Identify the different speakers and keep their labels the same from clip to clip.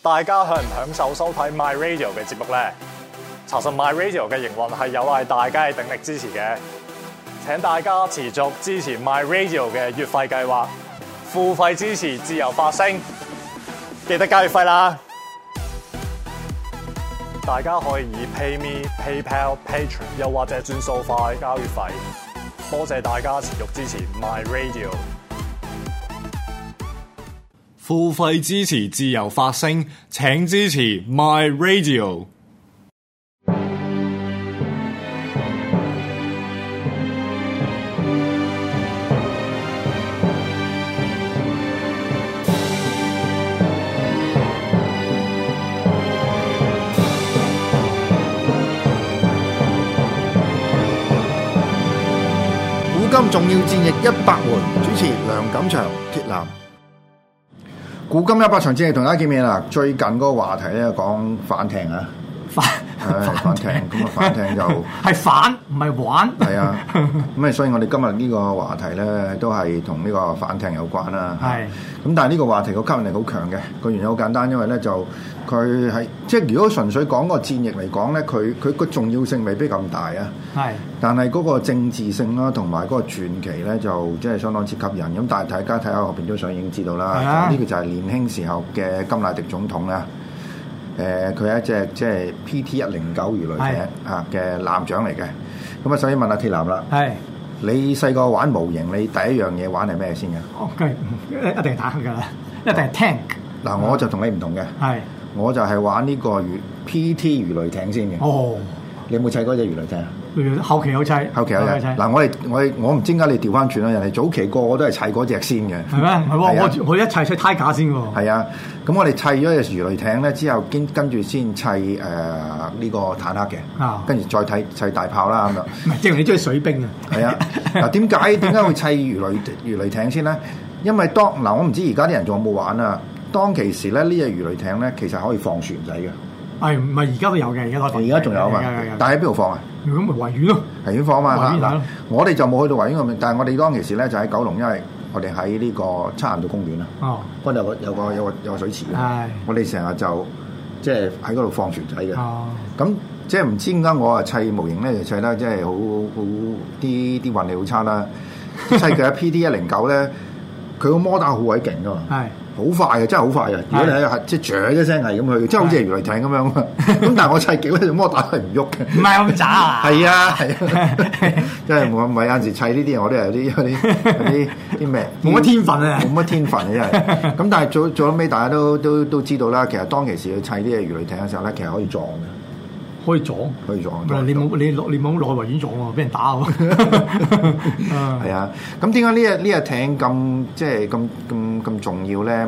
Speaker 1: 大家享唔享受收睇 My Radio 嘅節目呢？查實 My Radio 嘅營運係有賴大家嘅鼎力支持嘅，請大家持續支持 My Radio 嘅月費計劃，付費支持自由發聲，記得交月費啦！大家可以以 PayMe、PayPal、Patreon 又或者轉數快交月費，多謝大家持續支持 My Radio。付費支持自由發聲，請支持 My Radio。
Speaker 2: 古今重要戰役一百回，主持梁錦祥、鐵男。古今一百場戰役同大家見面啦。最近嗰個話題咧講反艇 啊，
Speaker 3: 反
Speaker 2: 唉反艇咁啊反艇 就
Speaker 3: 係反唔係玩，
Speaker 2: 係啊，咁啊，所以我哋今日呢個話題咧都係同呢個反艇有關啦。
Speaker 3: 係
Speaker 2: 咁，但係呢個話題個吸引力好強嘅，個原因好簡單，因為咧就佢係即係如果純粹講個戰役嚟講咧，佢佢個重要性未必咁大啊。
Speaker 3: 係
Speaker 2: 但係嗰個政治性啦，同埋嗰個傳奇咧，就即係相當之吸引。咁但係大家睇下後邊張相已經知道
Speaker 3: 係
Speaker 2: 啦。
Speaker 3: 啊
Speaker 2: 呢個就係年輕時候嘅甘迺迪總統啦。誒，佢係一隻即係 PT 一零九魚雷者啊嘅艦長嚟嘅。咁啊，首先問下鐵男啦，
Speaker 3: 係
Speaker 2: 你細個玩模型，你第一樣嘢玩係咩先嘅？
Speaker 3: ，OK，一定係坦克㗎啦，一定係 tank，
Speaker 2: 嗱，我就同你唔同嘅，
Speaker 3: 係
Speaker 2: 我就係玩呢個魚 PT 魚雷艇先嘅。
Speaker 3: 哦，
Speaker 2: 你有冇砌嗰隻魚雷艇啊？
Speaker 3: 後期有砌，
Speaker 2: 後期有嘅
Speaker 3: 砌，
Speaker 2: 嗱，我哋我哋我唔知點解你調翻轉啦，人哋早期個個都係砌嗰隻先嘅。
Speaker 3: 係咩？唔
Speaker 2: 係啊
Speaker 3: 係喎，我我一砌砌 t 架先喎，
Speaker 2: 係啊，咁我哋砌咗隻魚雷艇咧之後，跟跟住先砌誒呢個坦克
Speaker 3: 啊
Speaker 2: 嘅，跟住再睇砌大炮啦咁樣。
Speaker 3: 唔係，正如你中意水兵啊，
Speaker 2: 係 啊，嗱點解點解會砌魚雷魚雷艇先咧？因為當嗱我唔知而家啲人仲有冇玩啊。當其時咧，呢只魚雷艇咧其實可以放船仔嘅，
Speaker 3: 係唔係而家都有嘅，而家都
Speaker 2: 而家仲有啊嘛
Speaker 3: 有有有。
Speaker 2: 但係喺邊度放啊？
Speaker 3: 咁咪維園咯，
Speaker 2: 維園放啊嘛
Speaker 3: 維園係
Speaker 2: 嗱
Speaker 3: 咯，
Speaker 2: 我哋就冇去到維園咁，但係我哋當其時咧就喺九龍，因為我哋喺呢個漆咸道公園啊。
Speaker 3: 哦，
Speaker 2: 嗰度有個有個有個有個水池嘅
Speaker 3: 係，
Speaker 2: 我哋成日就即係喺嗰度放船仔嘅。
Speaker 3: 哦，
Speaker 2: 咁即係唔知點解我啊砌模型咧就砌得即係好好啲啲運力好差啦。砌佢喺 PD 一零九咧，佢個摩打好鬼勁噶嘛，
Speaker 3: 係
Speaker 2: 好快嘅，真啊係好快嘅。啊如果你係即係啜一聲係咁去，即係好似係魚雷艇咁樣啊。咁但係我砌幾多隻摩打係唔喐嘅。
Speaker 3: 唔係咁渣啊，
Speaker 2: 係啊， 係啊，即係我唔係有陣時砌呢啲嘢，我都有啲有啲有啲啲咩，
Speaker 3: 冇乜天分啊
Speaker 2: 冇乜天分嘅真 係。咁但係做做到尾，大家都都都知道啦。其實當其時去砌呢隻魚雷艇嘅時候咧，其實可以撞嘅，
Speaker 3: 可以撞，唔
Speaker 2: 可以撞。
Speaker 3: 係你冇你落你冇落去維園撞喎，俾人打 喎，啊
Speaker 2: 係啊，咁點解呢隻呢隻艇咁即係咁咁咁重要咧？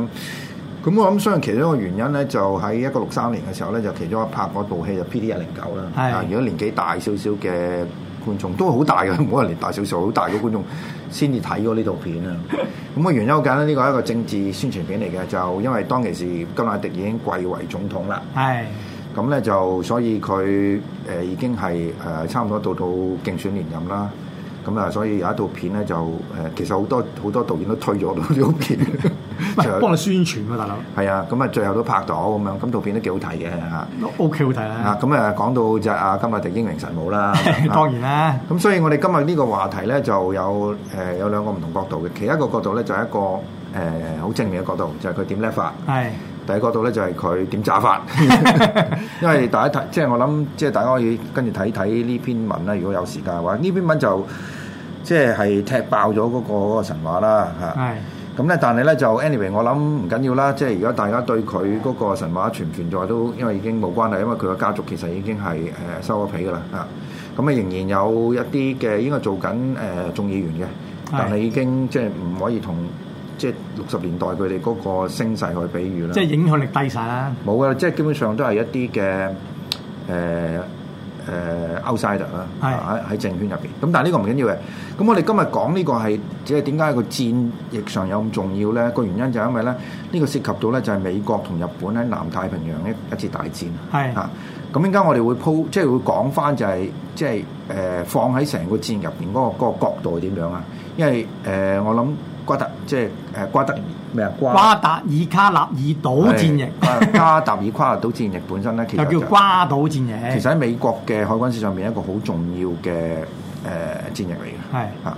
Speaker 2: 咁我諗相信其中一個原因咧，就喺一九六三年嘅時候咧，就其中一拍嗰部戲就 P.D. 一零九啦。
Speaker 3: 係
Speaker 2: 啊如果年紀大少少嘅觀眾都好大嘅，冇人年大少少，好大嘅觀眾先至睇過呢套片啊。咁個原因好簡單，呢個係一個政治宣傳片嚟嘅，就因為當其時甘迺迪已經貴為總統啦。
Speaker 3: 係
Speaker 2: 咁咧就所以佢誒、呃已經係誒、呃差唔多到到競選連任啦。咁啊，所以有一套片咧就誒、呃其實好多好多導演都推咗呢套片，
Speaker 3: 唔係幫
Speaker 2: 就
Speaker 3: 你宣傳喎，大佬
Speaker 2: 係啊，咁啊最後都拍到咁樣，咁套片都幾好睇嘅嚇。
Speaker 3: 都，OK 好睇啦
Speaker 2: 啊，。咁啊講到就啊今日迪英明神武啦，啊
Speaker 3: 嗯 當然啦，
Speaker 2: 咁所以我哋今日呢個話題咧就有誒、呃有兩個唔同角度嘅，其一個角度咧就係一個誒好、正面嘅角度，就係佢點叻法。
Speaker 3: 係
Speaker 2: 第一個度咧就係佢點炸 法，因為大家睇，即係我諗，即係大家可以跟住睇睇呢篇文啦。如果有時間嘅話，呢篇文就即係係踢爆咗嗰、個嗰個神話啦嚇。
Speaker 3: 係
Speaker 2: 咁咧，但係咧就 anyway，我諗唔緊要啦。即係而家大家對佢嗰個神話存唔存在都因為已經冇關係，因為佢個家族其實已經係誒、呃收咗皮噶啦嚇。咁啊，仍然有一啲嘅應該做緊誒、呃眾議員嘅，但係已經即係唔可以同即係六十年代佢哋嗰個聲勢去比喻啦。
Speaker 3: 即係影響力低晒啦，
Speaker 2: 冇啊，即係基本上都係一啲嘅誒誒 outsider 啦，
Speaker 3: 係
Speaker 2: 喺喺政圈入邊。咁但係呢個唔緊要嘅。咁我哋今日講呢個係即係點解個戰役上有咁重要咧？個原因就係因為咧，呢個涉及到咧就係美國同日本喺南太平洋一一次大戰。
Speaker 3: 係
Speaker 2: 啊，咁陣間我哋會鋪，即係會講翻就係、即係誒、放喺成個戰入邊嗰個嗰個角度係點樣啊？因為誒、我諗瓜特即係誒瓜特咩啊？
Speaker 3: 瓜達爾卡納爾島戰役，
Speaker 2: 係加達爾跨 島戰役本身咧，其實
Speaker 3: 又叫
Speaker 2: 就
Speaker 3: 瓜島戰役。
Speaker 2: 其實喺美國嘅海軍史上面一個好重要嘅誒、呃、戰役嚟嘅。
Speaker 3: 係
Speaker 2: 嚇。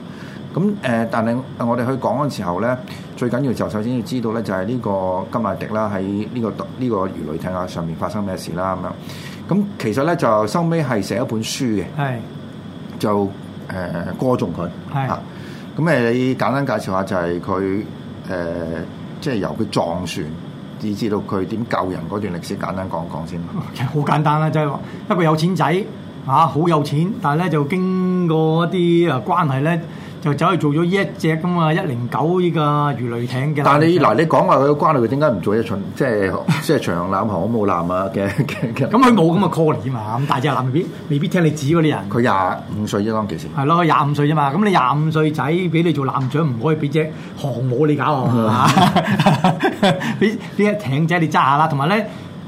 Speaker 2: 咁誒、呃但係我哋去講嘅時候咧，最緊要就首先要知道咧，就係呢個甘迺迪啦，喺呢、個呢、個魚雷艇啊上面發生咩事啦咁樣。咁其實咧就收尾係寫一本書嘅，
Speaker 3: 係
Speaker 2: 就誒、呃、歌頌佢。
Speaker 3: 係
Speaker 2: 啊咁誒，你簡單介紹下就係佢誒，即係由佢撞船，以至到佢點救人嗰段歷史，簡單講講先啦。
Speaker 3: 其實好簡單啦，就係、話一個有錢仔嚇，啊好、有錢，但係咧就經過一啲誒關係咧，就走去做咗呢一隻咁啊一零九呢個魚雷艇嘅。
Speaker 2: 但係你嗱，你講話佢嘅關係，佢點解唔做一巡，即係即係長艦、航母艦啊嘅嘅嘅？
Speaker 3: 咁佢冇咁嘅 call 你嘛，咁大隻男未必未必聽你指嗰啲人。
Speaker 2: 佢廿五歲啫，當其時。
Speaker 3: 係咯，廿五歲啫嘛，咁你廿五歲仔俾你做艦長，唔可以俾只航母你搞啊！俾俾只艇仔你揸下啦，同埋咧。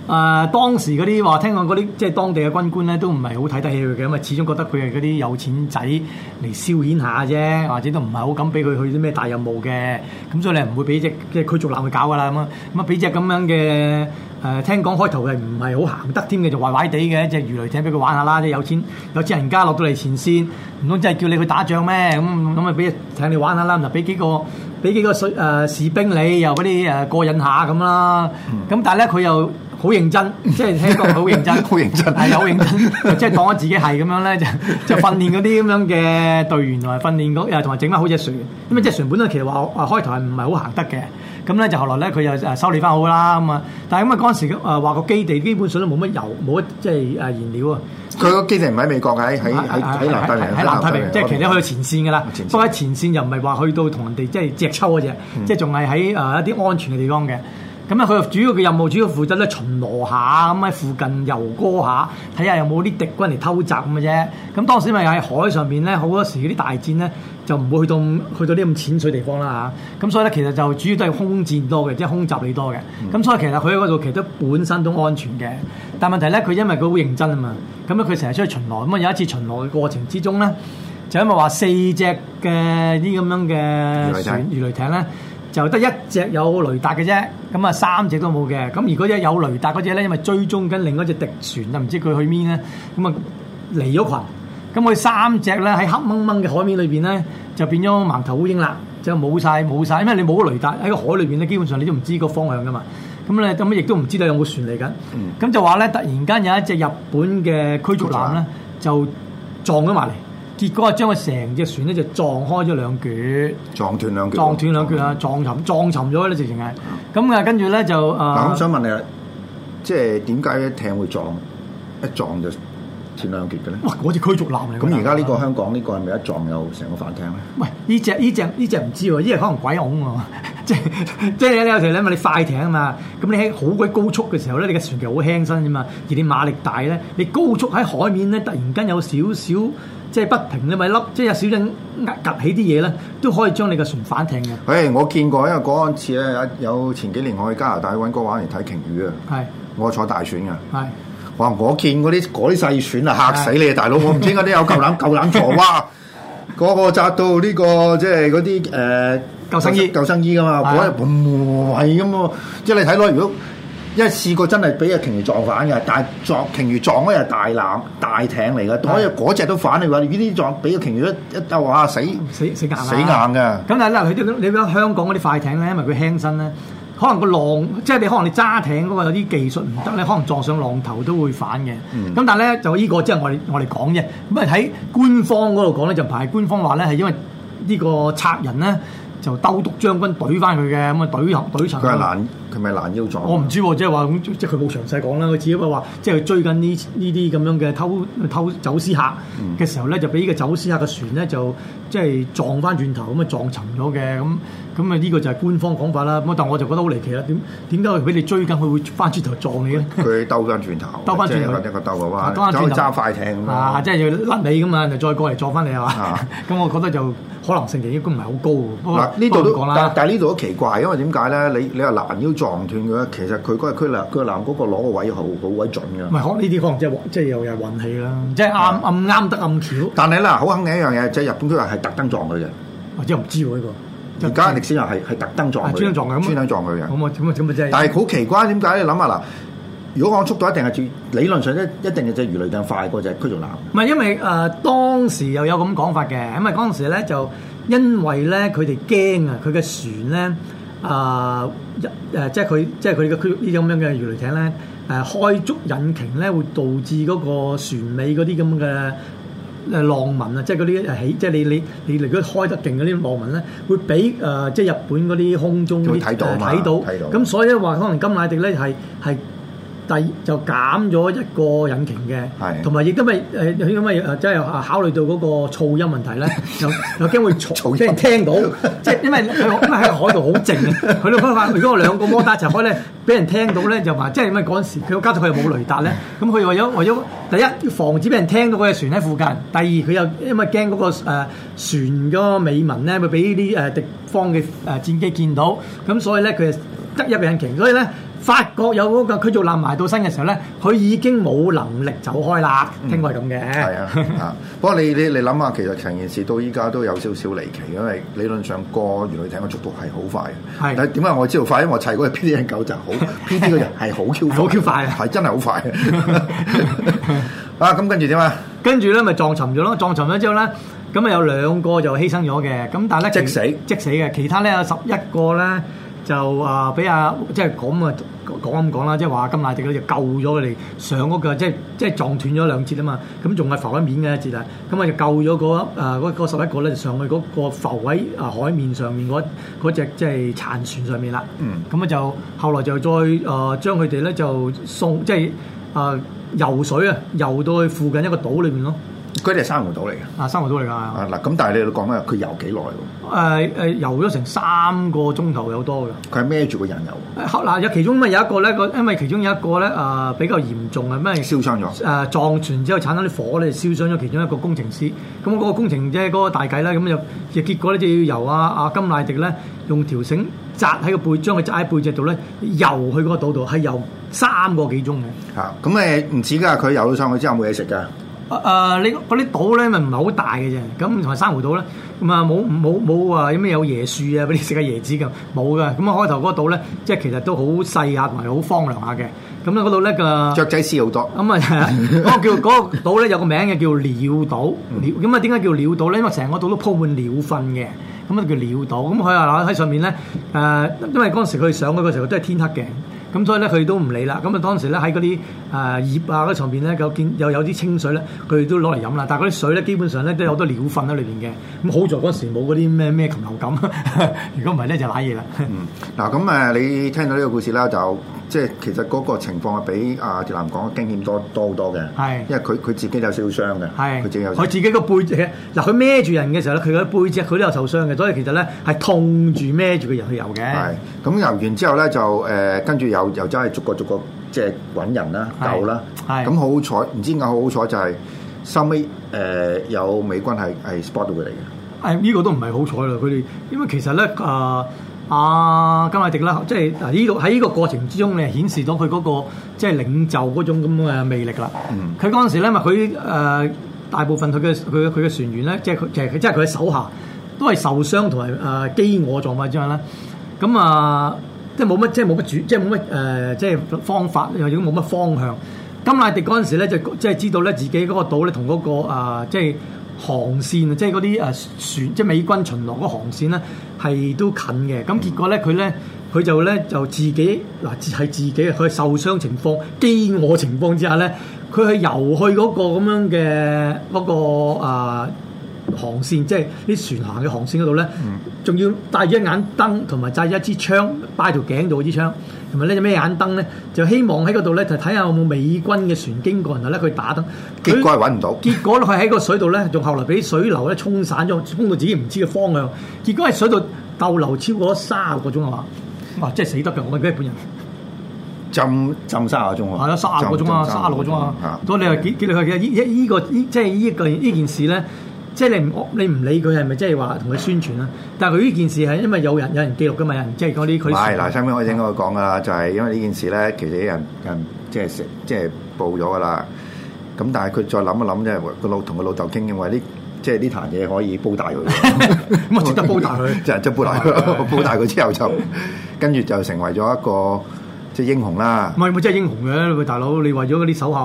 Speaker 3: 誒、當時嗰啲話聽講嗰啲即係當地嘅軍官咧，都唔係好睇得起佢嘅，因為始終覺得佢係嗰啲有錢仔嚟消遣下啫，或者都唔係好敢俾佢去啲咩大任務嘅，咁所以你唔會俾只即係驅逐艦去搞噶啦咁啊，咁啊俾只咁樣嘅誒、聽講開頭係唔係好行得添嘅，就壞壞地嘅一隻魚雷艇俾佢玩下啦，即係有錢有錢人家落到嚟前線，唔通真係叫你去打仗咩？咁咁咪俾隻艇你玩下啦，就俾幾個俾幾個水誒、士兵你，又俾你誒過癮下咁啦。
Speaker 2: 嗯
Speaker 3: 咁、但係咧佢又好認真，即係聽講佢好認真，
Speaker 2: 好認真
Speaker 3: 係有認 真，即係當咗自己係咁樣咧，就就訓練嗰啲咁樣嘅隊員同埋訓練嗰誒同埋整翻好隻船，因
Speaker 2: 嗯
Speaker 3: 為隻船本身其實話啊開頭係唔係好行得嘅，咁咧就後來咧佢又誒修理翻好啦咁啊，但係咁啊嗰陣時誒話個基地基本上都冇乜油，冇乜即係誒燃料啊。
Speaker 2: 佢個基地唔喺美國嘅，喺喺喺喺南太平洋
Speaker 3: 喺南太平洋，即係其實去到
Speaker 2: 佢
Speaker 3: 前線㗎啦
Speaker 2: 前。線嗯
Speaker 3: 不過喺前線又唔係話去到同人哋即係隻抽嗰只，即係仲係喺誒一啲安全嘅地方嘅。咁咧，佢主要嘅任務主要負責咧巡邏下，咁喺附近遊歌下，睇下有冇啲敵軍嚟偷襲咁嘅啫。咁當時咪喺海上面咧，好多時嗰啲大戰咧就唔會去到咁去到啲咁淺水地方啦嚇。咁所以咧，其實就主要都係空戰多嘅，即係空襲你多嘅。咁、
Speaker 2: 嗯
Speaker 3: 所以其實佢喺嗰度其實都本身都安全嘅。但問題咧，佢因為佢好認真啊嘛，咁咧佢成日出去巡邏，咁啊有一次巡邏嘅過程之中咧。就因為話四隻嘅呢啲咁樣
Speaker 2: 雷艇
Speaker 3: 嘅船魚雷艇咧，就得一隻有雷達嘅啫，咁啊三隻都冇嘅。咁而嗰隻有雷達嗰只咧，因為追蹤緊另一隻敵船啊，唔知佢去邊咧，咁啊離咗群。咁佢三隻咧喺黑掹掹嘅海面裏邊咧，就變咗盲頭烏蠅啦，就冇晒冇晒，因為你冇雷達喺個海裏邊咧，基本上你都唔知個方向噶嘛。咁咧咁亦都唔知道有冇船嚟緊。咁、就話咧，突然間有一隻日本嘅驅逐艦咧就撞咗埋嚟，結果啊將佢成隻船咧就撞開咗兩橛，
Speaker 2: 撞斷兩腳，
Speaker 3: 撞斷兩橛。啊，撞沉撞沉咗咧直情係。咁啊，跟住咧就
Speaker 2: 嗱，咁
Speaker 3: 誒
Speaker 2: 想問你啦，即係點解艇會撞？一撞就斷兩腳嘅咧？
Speaker 3: 哇嗰隻驅逐艦嚟㗎。
Speaker 2: 咁啊而家呢個香港呢個係咪一撞有成個反艇咧？
Speaker 3: 喂，呢只呢只呢只唔知喎，呢只可能鬼拱喎， 即係即係 你有時咧，咪你快艇啊嘛，咁你喺好鬼高速嘅時候咧，你嘅船其實好輕身啫嘛，而你馬力大咧，你高速喺海面咧，突然間有少少即係不平咧，咪粒即係有少少夾起啲嘢咧，都可以將你嘅船反艇嘅，
Speaker 2: 誒、我見過，因為嗰陣次咧，有有前幾年我去加拿大揾哥玩嚟睇鯨魚啊，
Speaker 3: 係
Speaker 2: 我坐大船噶，
Speaker 3: 係
Speaker 2: 哇！我見嗰啲嗰啲細船啊，嚇死你啊，大佬！我唔知點解啲有夠 膽夠膽坐，哇！個個扎到呢、個即係嗰啲誒
Speaker 3: 救生衣
Speaker 2: 救生衣噶嘛，
Speaker 3: 係
Speaker 2: 嗰日唔係咁喎，即係你睇落如果。因為試過真係俾只鯨魚撞反嘅，但係撞鯨魚撞嗰日係大艦大艇嚟嘅，嗰日嗰只都反你話，呢啲撞俾個鯨魚一一鬥下死
Speaker 3: 死死硬啊啦，
Speaker 2: 死硬啊嘅。
Speaker 3: 咁但係咧，佢啲你睇香港嗰啲快艇咧，因為佢輕身咧，可能個浪即係你可能你揸艇嗰個有啲技術唔得咧，可能撞上浪頭都會反嘅。咁、
Speaker 2: 嗯
Speaker 3: 但係咧就呢個即係我哋我哋講啫。咁啊喺官方嗰度講咧，就排官方話咧係因為呢個賊人咧就兜督將軍懟翻佢嘅，咁啊懟入懟沉。
Speaker 2: 佢係攔，佢咪攔腰撞？
Speaker 3: 我唔知喎，即係話咁，即係佢冇詳細講啦。佢只不過話，即係佢追緊呢呢啲咁樣嘅偷偷走私客
Speaker 2: 嗯
Speaker 3: 嘅時候咧，就俾呢個走私客嘅船咧就即係撞翻轉頭咁啊撞沉咗嘅咁咁啊呢個就係官方講法啦。咁但我就覺得好離奇啦，點點解佢俾你追緊，佢會翻轉頭撞你咧？
Speaker 2: 佢兜翻轉頭，
Speaker 3: 兜返轉頭
Speaker 2: 即係一個兜嘅
Speaker 3: 啊
Speaker 2: 話，
Speaker 3: 兜返轉頭
Speaker 2: 走去揸快艇咁
Speaker 3: 啊！
Speaker 2: 啊！
Speaker 3: 即係要甩你咁嘛，就再過嚟撞翻你係嘛
Speaker 2: 啊？
Speaker 3: 咁我覺得就可能性就應該唔係好高喎。不過
Speaker 2: 嗱，呢度
Speaker 3: 不
Speaker 2: 都
Speaker 3: 哦過唔講
Speaker 2: 但
Speaker 3: 啦，
Speaker 2: 但係呢度都奇怪，因為點解咧？你你話攔腰撞斷佢，其實佢嗰日佢攔佢攔嗰個攞個位好好鬼準
Speaker 3: 唔
Speaker 2: 㗎。
Speaker 3: 係可呢啲可能即係運即係又又係運氣啦，即係
Speaker 2: 啊
Speaker 3: 啱啱啱得咁巧，
Speaker 2: 但係咧，好肯定一樣嘢，即係日本佢話係特登撞佢嘅，
Speaker 3: 或者唔知喎呢個。
Speaker 2: 而家歷史又係係特登撞
Speaker 3: 啊
Speaker 2: 佢嘅，
Speaker 3: 專登撞佢咁啊
Speaker 2: 專登撞佢嘅。
Speaker 3: 咁啊咁啊咁啊真係
Speaker 2: 但係好奇怪，點解你諗下嗱？如果講速度一定係最理論上一一定係隻魚雷彈快過隻驅逐艦。
Speaker 3: 唔係因為誒、呃、當時又有咁講法嘅，因為嗰陣時咧就因為咧佢哋驚啊，佢嘅船咧啊一誒即係佢即係佢哋嘅驅呢啲咁樣嘅魚雷艇咧誒、呃、開足引擎咧會導致嗰個船尾嗰啲咁嘅。誒浪紋啊，即係嗰啲誒起，即係你你你如果開得勁嗰啲浪紋咧，會俾誒、呃即係日本嗰啲空中
Speaker 2: 會
Speaker 3: 啲
Speaker 2: 睇到啊
Speaker 3: 呃
Speaker 2: 嘛
Speaker 3: 睇到，
Speaker 2: 睇到
Speaker 3: 咁所以咧話可能金乃迪咧係係第就減咗一個引擎
Speaker 2: 係
Speaker 3: 嘅，同埋亦都咪誒因為誒即係啊考慮到嗰個噪音 問題咧，又又驚會
Speaker 2: 噪
Speaker 3: 嘈，
Speaker 2: 音
Speaker 3: 即係 聽到，即係因為佢因為喺海度好靜啊，佢哋佢話如果我兩個摩打一齊開咧，俾人聽到咧就話，即係因為嗰陣時佢加上佢又冇雷達咧，咁佢為咗為咗第一要防止俾人聽到嗰隻船喺附近，第二佢又因為驚嗰個誒船嗰個尾紋咧會俾啲呃誒敵方嘅誒戰機見到，咁所以咧佢就得一個引擎，所以咧。法國有嗰、個佢做艦埋到身嘅時候咧，佢已經冇能力走開啦。聽過係咁嘅，
Speaker 2: 嗯係啊，啊！不過你你你諗下，其實成件事到依家都有少少離奇，因為理論上個魚雷艇嘅速度係好快嘅。
Speaker 3: 係
Speaker 2: 但係點解我知道快？因為我砌嗰個 P D N 九就好，P D 個人係好 Q 快，
Speaker 3: 好 Q 快啊
Speaker 2: 係真係好快。 啊，咁跟住點啊？
Speaker 3: 跟住咧咪撞沉咗咯，撞沉咗之後咧，咁啊有兩個就犧牲咗嘅，咁但係咧
Speaker 2: 即
Speaker 3: 其
Speaker 2: 死
Speaker 3: 即死嘅，其他咧有十一個咧就啊俾阿即係咁啊講咁講啦，即係話金乃迪咧就救咗佢哋上嗰個即係即係撞斷咗兩節啊嘛，咁仲係浮喺面嘅一節啊，咁啊就救咗嗰啊嗰嗰十一個咧就上去嗰個浮喺啊海面上面嗰嗰隻即係殘船上面啦，
Speaker 2: 嗯
Speaker 3: 咁啊就後來就再誒將佢哋咧就送即係誒游水啊，游到去附近一個島裏面咯。
Speaker 2: 佢哋係珊瑚島嚟嘅。
Speaker 3: 啊，生活島嚟㗎。誒誒、
Speaker 2: 啊嗱，咁但係你講咧，佢游幾耐喎？
Speaker 3: 游咗成三個鐘頭有多嘅。
Speaker 2: 佢係孭住個人游，
Speaker 3: 誒後嗱，有其中咪有一個咧，個因為其中有一個咧誒、比較嚴重啊，咩
Speaker 2: 燒傷咗。
Speaker 3: 誒、撞船之後產生啲火咧，燒傷咗其中一個工程師。咁嗰個工程即係嗰個大計啦，咁就亦結果咧就要由阿、啊、阿、金乃迪咧用條繩扎喺個背，將佢扎喺背脊度咧游去嗰個島度，係游三個幾鐘嘅。
Speaker 2: 嚇，咁誒唔止㗎，佢游咗上去之後冇嘢食㗎。
Speaker 3: 誒、呃、你嗰啲島咧咪唔係好大嘅啫，咁同埋珊瑚島咧，咁啊冇冇冇啊咩有椰樹啊俾你食下椰子咁冇嘅，咁啊開頭嗰個島咧，即係其實都好細下同埋好荒涼下嘅，咁啊咧嗰度咧個。
Speaker 2: 雀仔絲好多。
Speaker 3: 咁啊，係啊 嗰個叫嗰個島咧有個名嘅叫鳥島，鳥咁啊點解叫鳥島咧？因為成個島都鋪滿鳥糞嘅，咁啊叫鳥島。咁佢啊喺上面咧，誒、因為嗰陣時佢哋上去嘅時候都係天黑嘅，咁所以咧佢哋都唔理啦。咁啊當時咧喺嗰啲誒葉啊嗰上邊咧，有見又有啲清水咧，佢哋都攞嚟飲啦。但係嗰啲水咧基本上咧都有好多鳥糞喺裏邊嘅。咁好在嗰陣時冇嗰啲咩咩禽流感， 如果唔係咧就賴嘢啦。
Speaker 2: 嗱咁誒，你聽到呢個故事啦，就即係其實嗰個情況係比阿鐵男講嘅驚險多多好多嘅，
Speaker 3: 係
Speaker 2: 因為佢佢自己有少少傷嘅，
Speaker 3: 係
Speaker 2: 佢自己有
Speaker 3: 佢自己個背脊，嗱佢孭住人嘅時候咧，佢個背脊佢都有受傷嘅，所以其實咧係痛住孭住個人去游
Speaker 2: 係
Speaker 3: 嘅。
Speaker 2: 咁游完之後咧就誒跟住又又真係逐個逐個即係揾人啦
Speaker 3: 係
Speaker 2: 救啦，
Speaker 3: 係
Speaker 2: 咁好好彩，唔知點解好好彩就係收尾誒有美軍係係 spot 到佢哋嘅，
Speaker 3: 誒呢個都唔係好彩啦，佢哋因為其實咧啊誒阿金乃迪啦，即係嗱呢度喺呢個過程之中，你係顯示到佢嗰、個即係領袖嗰種咁嘅魅力啦。
Speaker 2: 嗯
Speaker 3: 佢嗰陣時咧，咪佢誒大部分佢嘅佢佢嘅船員咧，即係佢其實佢即係佢嘅手下都係受傷同埋誒飢餓狀態之下咧，咁啊、即係冇乜即係冇乜主，即係冇乜誒即係方法，又如果冇乜方向。金乃迪嗰陣時咧，就即係知道咧自己嗰個島咧同嗰個啊、即係航線啊，即係嗰啲誒船，即係美軍巡邏嗰個航線咧係都近嘅。咁結果咧，佢咧佢就咧就自己嗱，自係自己佢受傷情況、飢餓情況之下咧，佢去游去嗰個咁樣嘅嗰、個啊航線，即係啲船行嘅航線嗰度咧，
Speaker 2: 嗯
Speaker 3: 仲、要帶住一眼燈同埋帶住一支槍，擺條頸度嗰支槍，同埋呢隻咩眼燈咧，就希望喺嗰度咧就睇下有冇美軍嘅船經過，然後咧佢打燈。
Speaker 2: 結果係
Speaker 3: 佢
Speaker 2: 揾唔到，
Speaker 3: 結果佢喺個水度咧，仲後來俾水流咧沖散咗，沖到自己唔知嘅方向。結果喺水度逗留超過三十個鐘啊嘛！哇，真係死得㗎！我哋日本人
Speaker 2: 浸浸三十個鐘喎，
Speaker 3: 係啦，三十個鐘啊，
Speaker 2: 浸
Speaker 3: 三十六個鐘
Speaker 2: 嚇
Speaker 3: 啊。所以你話幾幾厲害嘅？依依依個依即係依個呢件事咧，即係你唔你唔理佢係咪即係話同佢宣傳啦？但係佢呢件事係因為有人有人記錄㗎嘛，有人即係嗰啲
Speaker 2: 唔
Speaker 3: 佢
Speaker 2: 係嗱，收尾我應該講噶啦，就係、因為呢件事咧，其實有人有人即係即係報咗噶啦。咁但係佢再諗一諗啫，個老同個老豆傾嘅話，呢即即係呢壇嘢可以煲大佢 喎。
Speaker 3: 咁啊值得煲大佢。
Speaker 2: 就係即係煲大 佢咯，煲大佢之後就跟住就成為咗一個即係英雄啦
Speaker 3: 唔。係咪真係英雄嘅？喂，大佬，你為咗嗰啲手下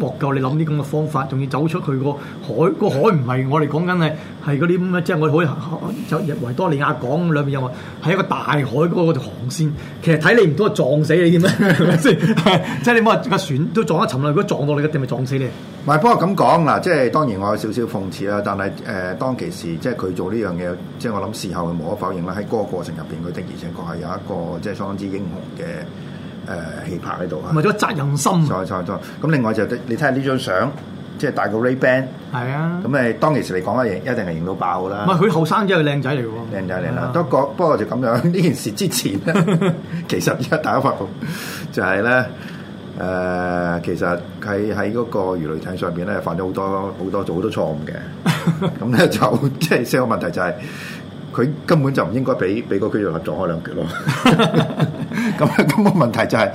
Speaker 3: 獲救，你諗啲咁嘅方法，仲要走出佢個海，個海唔係我哋講緊係係嗰啲咁嘅，即係我哋好就維多利亞港兩邊有啊，係一個大海嗰個航線。其實睇你唔到係撞死你添咩？ 係咪先即係你冇話架船都撞一沉啦，如果撞到你一定咪撞死你。
Speaker 2: 唔係，不過咁講嗱，即係當然我有少少諷刺啦，但係誒、呃、當其時即係佢做呢樣嘢，即係我諗事後佢無可否認啦。喺嗰個過程入邊，佢的而且確係有一個即係相當之英雄嘅誒、呃、氣魄喺度啊
Speaker 3: 唔係。咗責任心，
Speaker 2: 錯錯錯！咁另外就你睇下呢張相，即係戴個 Ray Ban，
Speaker 3: 係啊
Speaker 2: 咁。誒當其時嚟講咧，一定係型到爆㗎啦
Speaker 3: 唔。係佢後生仔係靚仔嚟喎，
Speaker 2: 靚仔靚
Speaker 3: 係
Speaker 2: 啦
Speaker 3: 啊，
Speaker 2: 不過不過就咁樣， 呢件事之前咧，其實而家大家發覺就係咧，誒、其實佢喺嗰個魚雷艇上邊咧，犯咗好多好多做好多錯誤嘅，咁咧就即係先個問題就係、佢根本就唔應該俾俾個居住立撞開兩腳咯。咁咁個問題就係、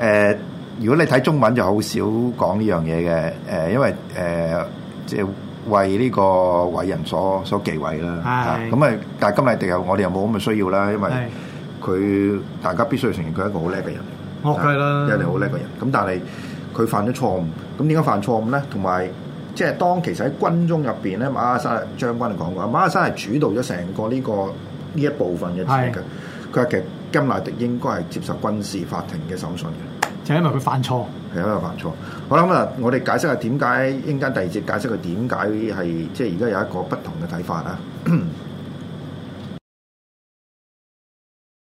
Speaker 2: 誒、如果你睇中文就好少講呢樣嘢嘅，誒、因為誒、即係為呢個偉人所所忌諱啦。
Speaker 3: 係
Speaker 2: 啊咁啊，但係今日地又我哋又冇咁嘅需要啦，因為
Speaker 3: 係
Speaker 2: 佢大家必須承認佢係一個好叻嘅人，
Speaker 3: 我梗係啦
Speaker 2: 啊一定好叻嘅人。咁但係佢犯咗錯誤，咁點解犯錯誤咧？同埋即係當其實喺軍中入邊咧，馬哈沙將軍就講過，馬哈沙係主導咗成個呢、個呢一部分嘅
Speaker 3: 係
Speaker 2: 事嘅。佢話其實甘迺迪應該係接受軍事法庭嘅審訊嘅。
Speaker 3: 就係因為佢犯錯，
Speaker 2: 係因為犯錯。好啦，咁啊，我哋解釋下點解，應間第二節解釋佢點解係即係而家有一個不同嘅睇法啊。